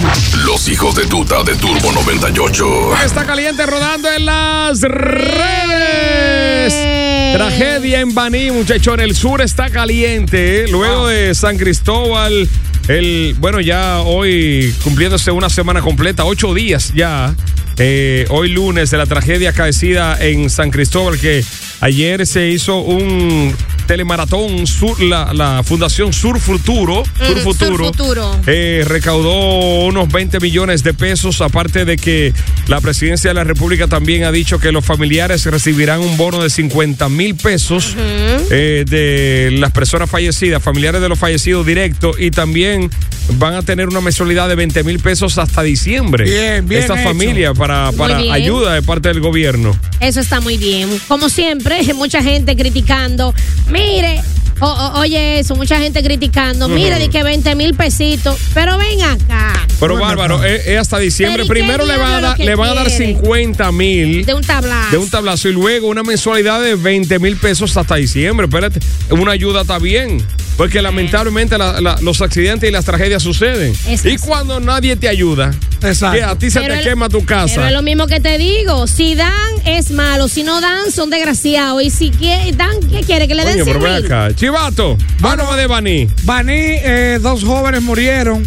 D: Los hijos de tuta de Turbo 98.
E: Está caliente rodando en las redes. Tragedia en Baní, muchachos. El sur está caliente. ¿eh? Luego de San Cristóbal, el bueno, ya hoy cumpliéndose una semana completa, ocho días ya. eh, hoy lunes de la tragedia acaecida en San Cristóbal, que ayer se hizo un telemaratón, sur, la, la Fundación Sur Futuro. Sur
G: Mm, Sur
E: Futuro.
G: Futuro.
E: Eh, recaudó unos 20 millones de pesos, aparte de que la presidencia de la República también ha dicho que los familiares recibirán un bono de 50 mil pesos eh, de las personas fallecidas, familiares de los fallecidos directos, y también van a tener una mensualidad de 20 mil pesos hasta diciembre.
F: Bien, bien
E: Esta
F: hecho.
E: familia para,
G: Muy
E: para
G: bien.
E: ayuda de parte del gobierno.
G: Eso está muy bien. Como siempre, [LAUGHS] mucha gente criticando. Mire, o- o- oye eso, mucha gente criticando. Mire,
E: Ujú.
G: de que 20 mil pesitos. Pero ven acá.
E: Pero bárbaro, es es hasta diciembre.
G: Pero, ¿y qué
E: Primero le, va a
G: diablo
E: dar-
G: que
E: le van a dar
G: quiere?
E: 50 mil.
G: De un tablazo.
E: de un tablazo y luego una mensualidad de 20 mil pesos hasta diciembre. Espérate, una ayuda está bien. Porque lamentablemente la- la- los accidentes y las tragedias suceden.
G: Es
E: y cuando nadie te ayuda, que a ti se
G: Pero
E: te
G: el-
E: quema tu
G: Pero
E: casa.
G: es lo mismo que te digo. Si dan, es malo. Si no dan, son desgraciados. Y si quie- dan, ¿qué quiere? Que le den
E: Coño, pero
G: 100
E: ven
G: mil.
E: acá. Chivato, mano de Baní.
F: Baní, eh, dos jóvenes murieron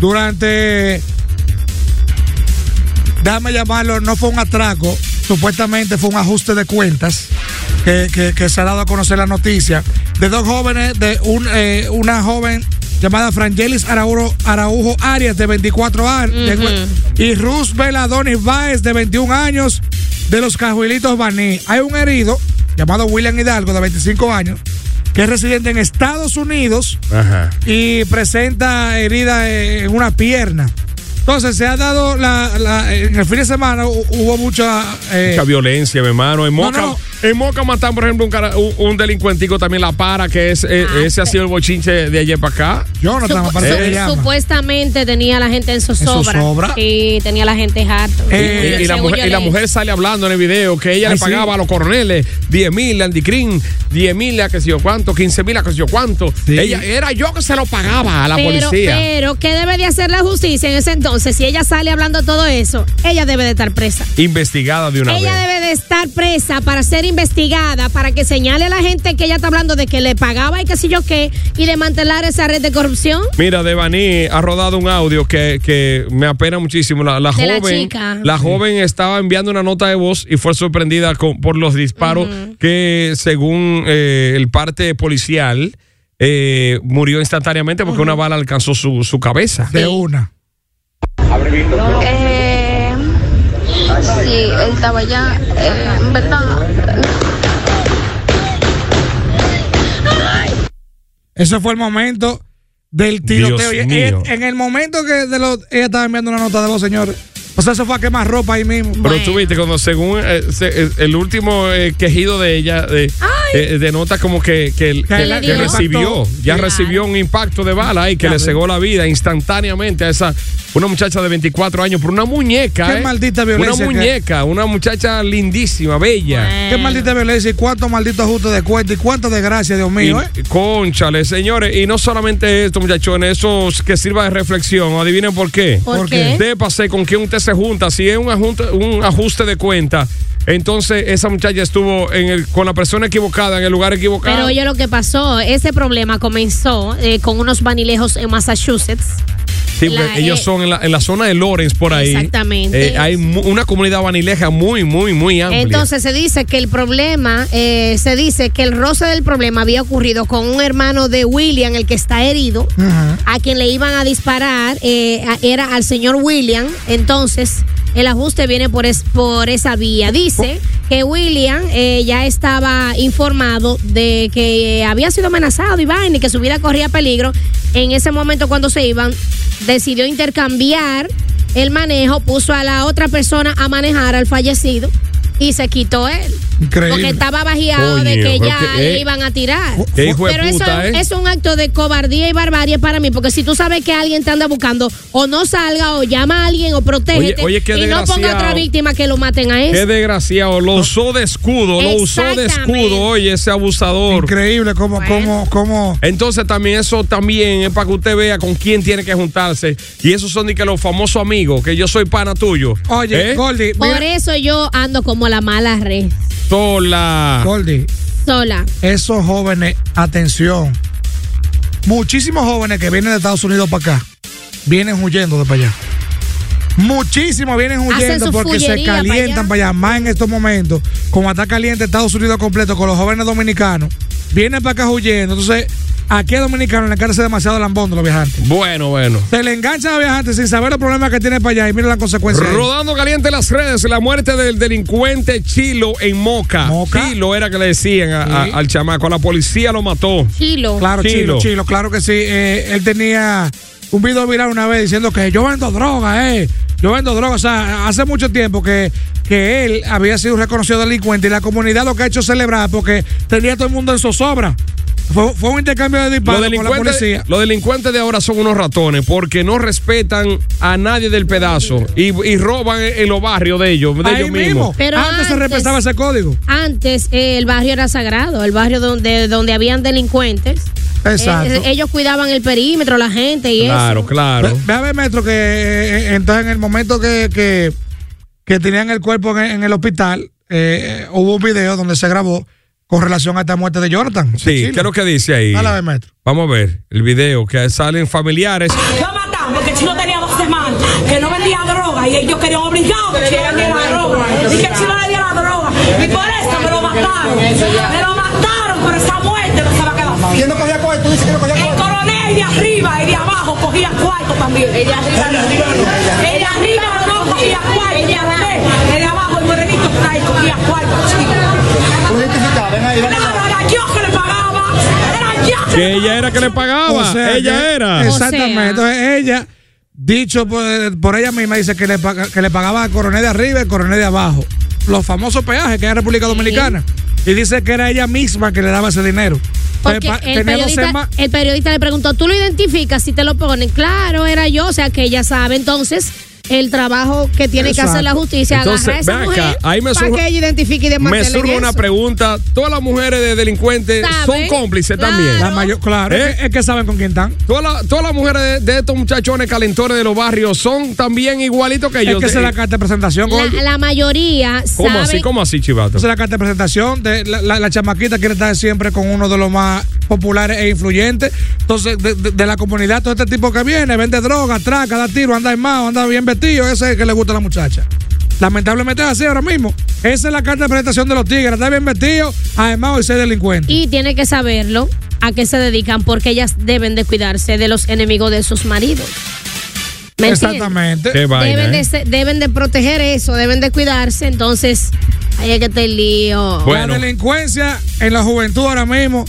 F: durante. Déjame llamarlo, no fue un atraco, supuestamente fue un ajuste de cuentas que, que- que se ha dado a conocer la noticia. De dos jóvenes, de un, eh, una joven llamada Frangelis Araujo, Araujo Arias, de 24 años, y Roosevelt Adonis Baez, de 21 años, de los Cajuelitos Baní. Hay un herido llamado William Hidalgo, de 25 años, que es residente en Estados Unidos
E: Ajá.
F: y presenta herida eh, en una pierna. Entonces se ha dado la, la- en el fin de semana hu- hubo mucha eh,
E: Mucha violencia, mi hermano. En Moca,
F: no.
E: en Moca matan, por ejemplo, un, cara- un- un delincuentico también la para, que es, eh,
F: Ah,
E: ese ha sido el bochinche de ayer para acá.
F: Yo no
G: Supu- su- eh, Supuestamente tenía la gente en zozobra.
E: zozobra.
G: Sí, tenía la gente harta.
E: Eh, y, y la
G: Según
E: mujer,
G: yo
E: y la
G: leí.
E: mujer sale hablando en el video que ella
F: Ay,
E: le pagaba
F: sí.
E: a los coroneles 10 mil, Andy Green, 10 mil a que sé yo cuánto, 15 mil a que sé yo cuánto. Ella, era yo que se lo pagaba a la
G: pero,
E: policía.
G: Pero, ¿qué debe de hacer la justicia en ese entonces? Si ella sale hablando todo eso, ella debe de estar presa.
E: Investigada de una
G: Ella
E: vez.
G: debe de estar presa para ser investigada, para que señale a la gente que ella está hablando de que le pagaba y qué sé yo qué, y desmantelar esa red de corrupción.
E: Mira, Devani ha rodado un audio que, que me apena muchísimo. La, la
G: De la
E: joven,
G: chica. Sí.
E: joven estaba enviando una nota de voz y fue sorprendida con- por los disparos que, según eh, el parte policial, eh, murió instantáneamente porque una bala alcanzó su, su cabeza.
F: de una.
Y: Eh, sí, él estaba allá. eh, en verdad,
F: Ese fue el momento del tiroteo.
E: Dios
F: Y en-
E: mío.
F: En, el momento que de los, ella estaba enviando una nota de los señores. O sea, eso fue a quemar ropa ahí mismo.
E: Pero tú viste, cuando según eh, se- eh, el último eh, quejido de ella, de, eh, denota como que, que, el-
F: Que
E: que-
F: le
E: que
F: dio.
E: recibió, ya recibió un impacto de bala y que
F: Ya
E: le
F: ves.
E: cegó la vida instantáneamente a esa, una muchacha de 24 años, por una muñeca.
F: Qué
E: eh.
F: maldita violencia que
E: Una
F: hay.
E: muñeca, una muchacha lindísima, bella.
F: Qué maldita violencia y cuánto maldito ajuste de cuenta y cuánta desgracia, Dios mío. ¿eh?
E: Y- Cónchale, señores, y no solamente esto, muchachones, eso es que sirva de reflexión. Adivinen por qué.
F: ¿Por qué?
E: Dépase con quién usted se junta. Si es un, ajunte- un ajuste de cuenta, entonces esa muchacha estuvo en el, con la persona equivocada, en el lugar equivocado.
G: Pero oye lo que pasó, ese problema comenzó eh, con unos vanilejos en Massachusetts.
E: Sí, porque
G: la-
E: ellos
G: eh,
E: son en la, en la zona de Lawrence, por ahí.
G: Exactamente.
E: Eh, hay mu- una comunidad vanileja muy, muy, muy amplia.
G: Entonces se dice que el problema, eh, se dice que el roce del problema había ocurrido con un hermano de William, el que está herido, a quien le iban a disparar, eh, a- era al señor William. Entonces el ajuste viene por, es- por esa vía. Dice que William eh, ya estaba informado de que eh, había sido amenazado Iván y que su vida corría peligro. En ese momento cuando se iban, decidió intercambiar el manejo, puso a la otra persona a manejar al fallecido y se quitó él.
F: Increíble.
G: Porque estaba bajeado de
E: Coño,
G: que
E: pero
G: ya
E: que, eh,
G: le iban a tirar.
E: qué hijo de
G: pero eso
E: puta,
G: es-
E: eh.
G: es un acto de cobardía y barbarie para mí, porque si tú sabes que alguien te anda buscando, o no salga, o llama a alguien, o protégete,
E: oye, qué
G: y no ponga
E: desgraciado.
G: otra víctima que lo maten a
E: Qué
G: él.
E: desgraciado, lo usó de escudo, lo usó de escudo, oye, ese abusador.
F: Increíble cómo, cómo, cómo.
E: Entonces también eso también es para que usted vea con quién tiene que juntarse. Y esos son de que los famosos amigos, que yo soy pana tuyo.
F: Oye,
E: ¿Eh?
F: Goldie,
G: Por eso yo ando como la mala red.
E: sola.
F: Goldi,
G: Sola.
F: esos jóvenes, atención. Muchísimos jóvenes que vienen de Estados Unidos para acá, vienen huyendo de para allá. Muchísimos vienen
G: Hacen
F: huyendo
G: su
F: porque se
G: fullería pa'
F: calientan para allá. Más en estos momentos, como está caliente Estados Unidos completo con los jóvenes dominicanos, vienen para acá huyendo. Entonces, aquí a dominicanos le encarece demasiado lambón de los viajantes.
E: Bueno, bueno.
F: Se le engancha a los viajantes sin saber los problemas que tiene para allá y mira las consecuencias. ahí.
E: Rodando caliente las redes, la muerte del delincuente Chilo en Moca. Chilo era que le decían a- a- al chamaco. La policía lo mató.
G: Chilo.
F: Claro, chilo, chilo, claro que sí. Eh, él tenía un video viral una vez diciendo que yo vendo droga, eh. Yo vendo droga. O sea, hace mucho tiempo que, que él había sido un reconocido delincuente y la comunidad lo que ha hecho es celebrar porque tenía todo el mundo en zozobra. Fue, fue un intercambio de
E: Los
F: disparos con la
E: delincuentes,
F: policía.
E: los delincuentes de ahora son unos ratones porque no respetan a nadie del pedazo y, y roban en los barrios de ellos, de ellos mismos.
G: Pero antes,
F: se respetaba ese código.
G: Antes eh, el barrio era sagrado, el barrio donde, donde habían delincuentes.
F: Exacto.
G: Eh, ellos cuidaban el perímetro, la gente y eso.
E: claro.
F: Ve, ve a ver, maestro, que eh, entonces en el momento que, que, que tenían el cuerpo en, en el hospital, eh, hubo un video donde se grabó con relación a esta muerte de Jonathan.
E: Sí, ¿qué es lo que dice ahí?
F: A la vez, maestro.
E: Vamos a ver el video que salen familiares.
H: Lo mataron porque Chilo tenía dos semanas que no vendía droga y ellos querían obligados que Chilo vendiera la droga y que Chilo le diera la droga y por eso me lo mataron me lo mataron por esa muerte no se va a quedar ¿Quién no cogía cuarto? ¿Tú dices que no cogía cuarto? El coronel de arriba y de abajo cogía cuarto también el de arriba no el de arriba no cogía cuarto el de abajo el de abajo el morenito por ahí cogía cuarto Chilo ¿Lo justificaba? Ven ahí, Claro, era yo que le pagaba era yo que
E: Que ella era que le pagaba.
F: [LAUGHS] O sea,
E: ella
F: que-
E: era.
F: Exactamente. Entonces ella, dicho por, por ella misma, dice que le, paga- que le pagaba al coronel de arriba y al coronel de abajo. Los famosos peajes que hay en República Dominicana. Y dice que era ella misma que le daba ese dinero.
G: Porque
E: Pues,
F: Entonces, pa-
G: el
F: tenía dos
G: periodista,
F: sema-
G: el periodista le preguntó, ¿tú lo identificas si te lo ponen? Claro, era yo, o sea que ella sabe entonces el trabajo que tiene que
E: Exacto.
G: hacer la justicia,
E: Entonces,
G: agarrar a esa
E: ve
G: mujer
E: acá, ahí me
G: para
E: surge-
G: que ella identifique y
E: Me
G: desmantele
E: surge una
G: eso.
E: pregunta. Todas las mujeres de delincuentes son
G: ¿Saben?
E: cómplices también.
F: La mayor, claro.
E: ¿Eh?
F: Es, que, es que saben con quién están.
E: Todas las todas las mujeres de, de estos muchachones calentores de los barrios son también igualitos que
F: Es
E: yo.
F: que esa es la carta de presentación. Gold.
G: La, la mayoría
E: ¿Cómo
G: sabe
E: así? ¿Cómo así, chivato?
F: Esa es la carta de presentación. De, Eh, la, la- la chamaquita quiere estar siempre con uno de los más populares e influyentes. Entonces, de, de- de la comunidad, todo este tipo que viene, vende droga, traca, da tiro, anda armado, anda bien vestido. Ese es el que le gusta a la muchacha. Lamentablemente es así ahora mismo. Esa es la carta de presentación de los tigres. Está bien vestido, armado y ser delincuente.
G: y tiene que saberlo a qué se dedican porque ellas deben de cuidarse de los enemigos de sus maridos. ¿Me entiendes?
F: Exactamente.
G: deben,
E: ¿eh?
G: de, se- deben de proteger eso, deben de cuidarse, entonces ahí es que te lío.
F: La delincuencia en la juventud ahora mismo